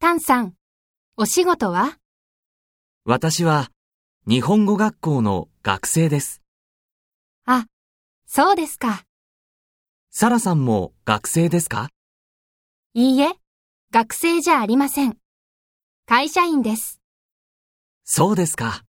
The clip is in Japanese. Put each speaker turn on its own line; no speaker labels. タンさん、お仕事は
私は日本語学校の学生です。
あ、そうですか。
サラさんも学生ですか
いいえ、学生じゃありません。会社員です。
そうですか。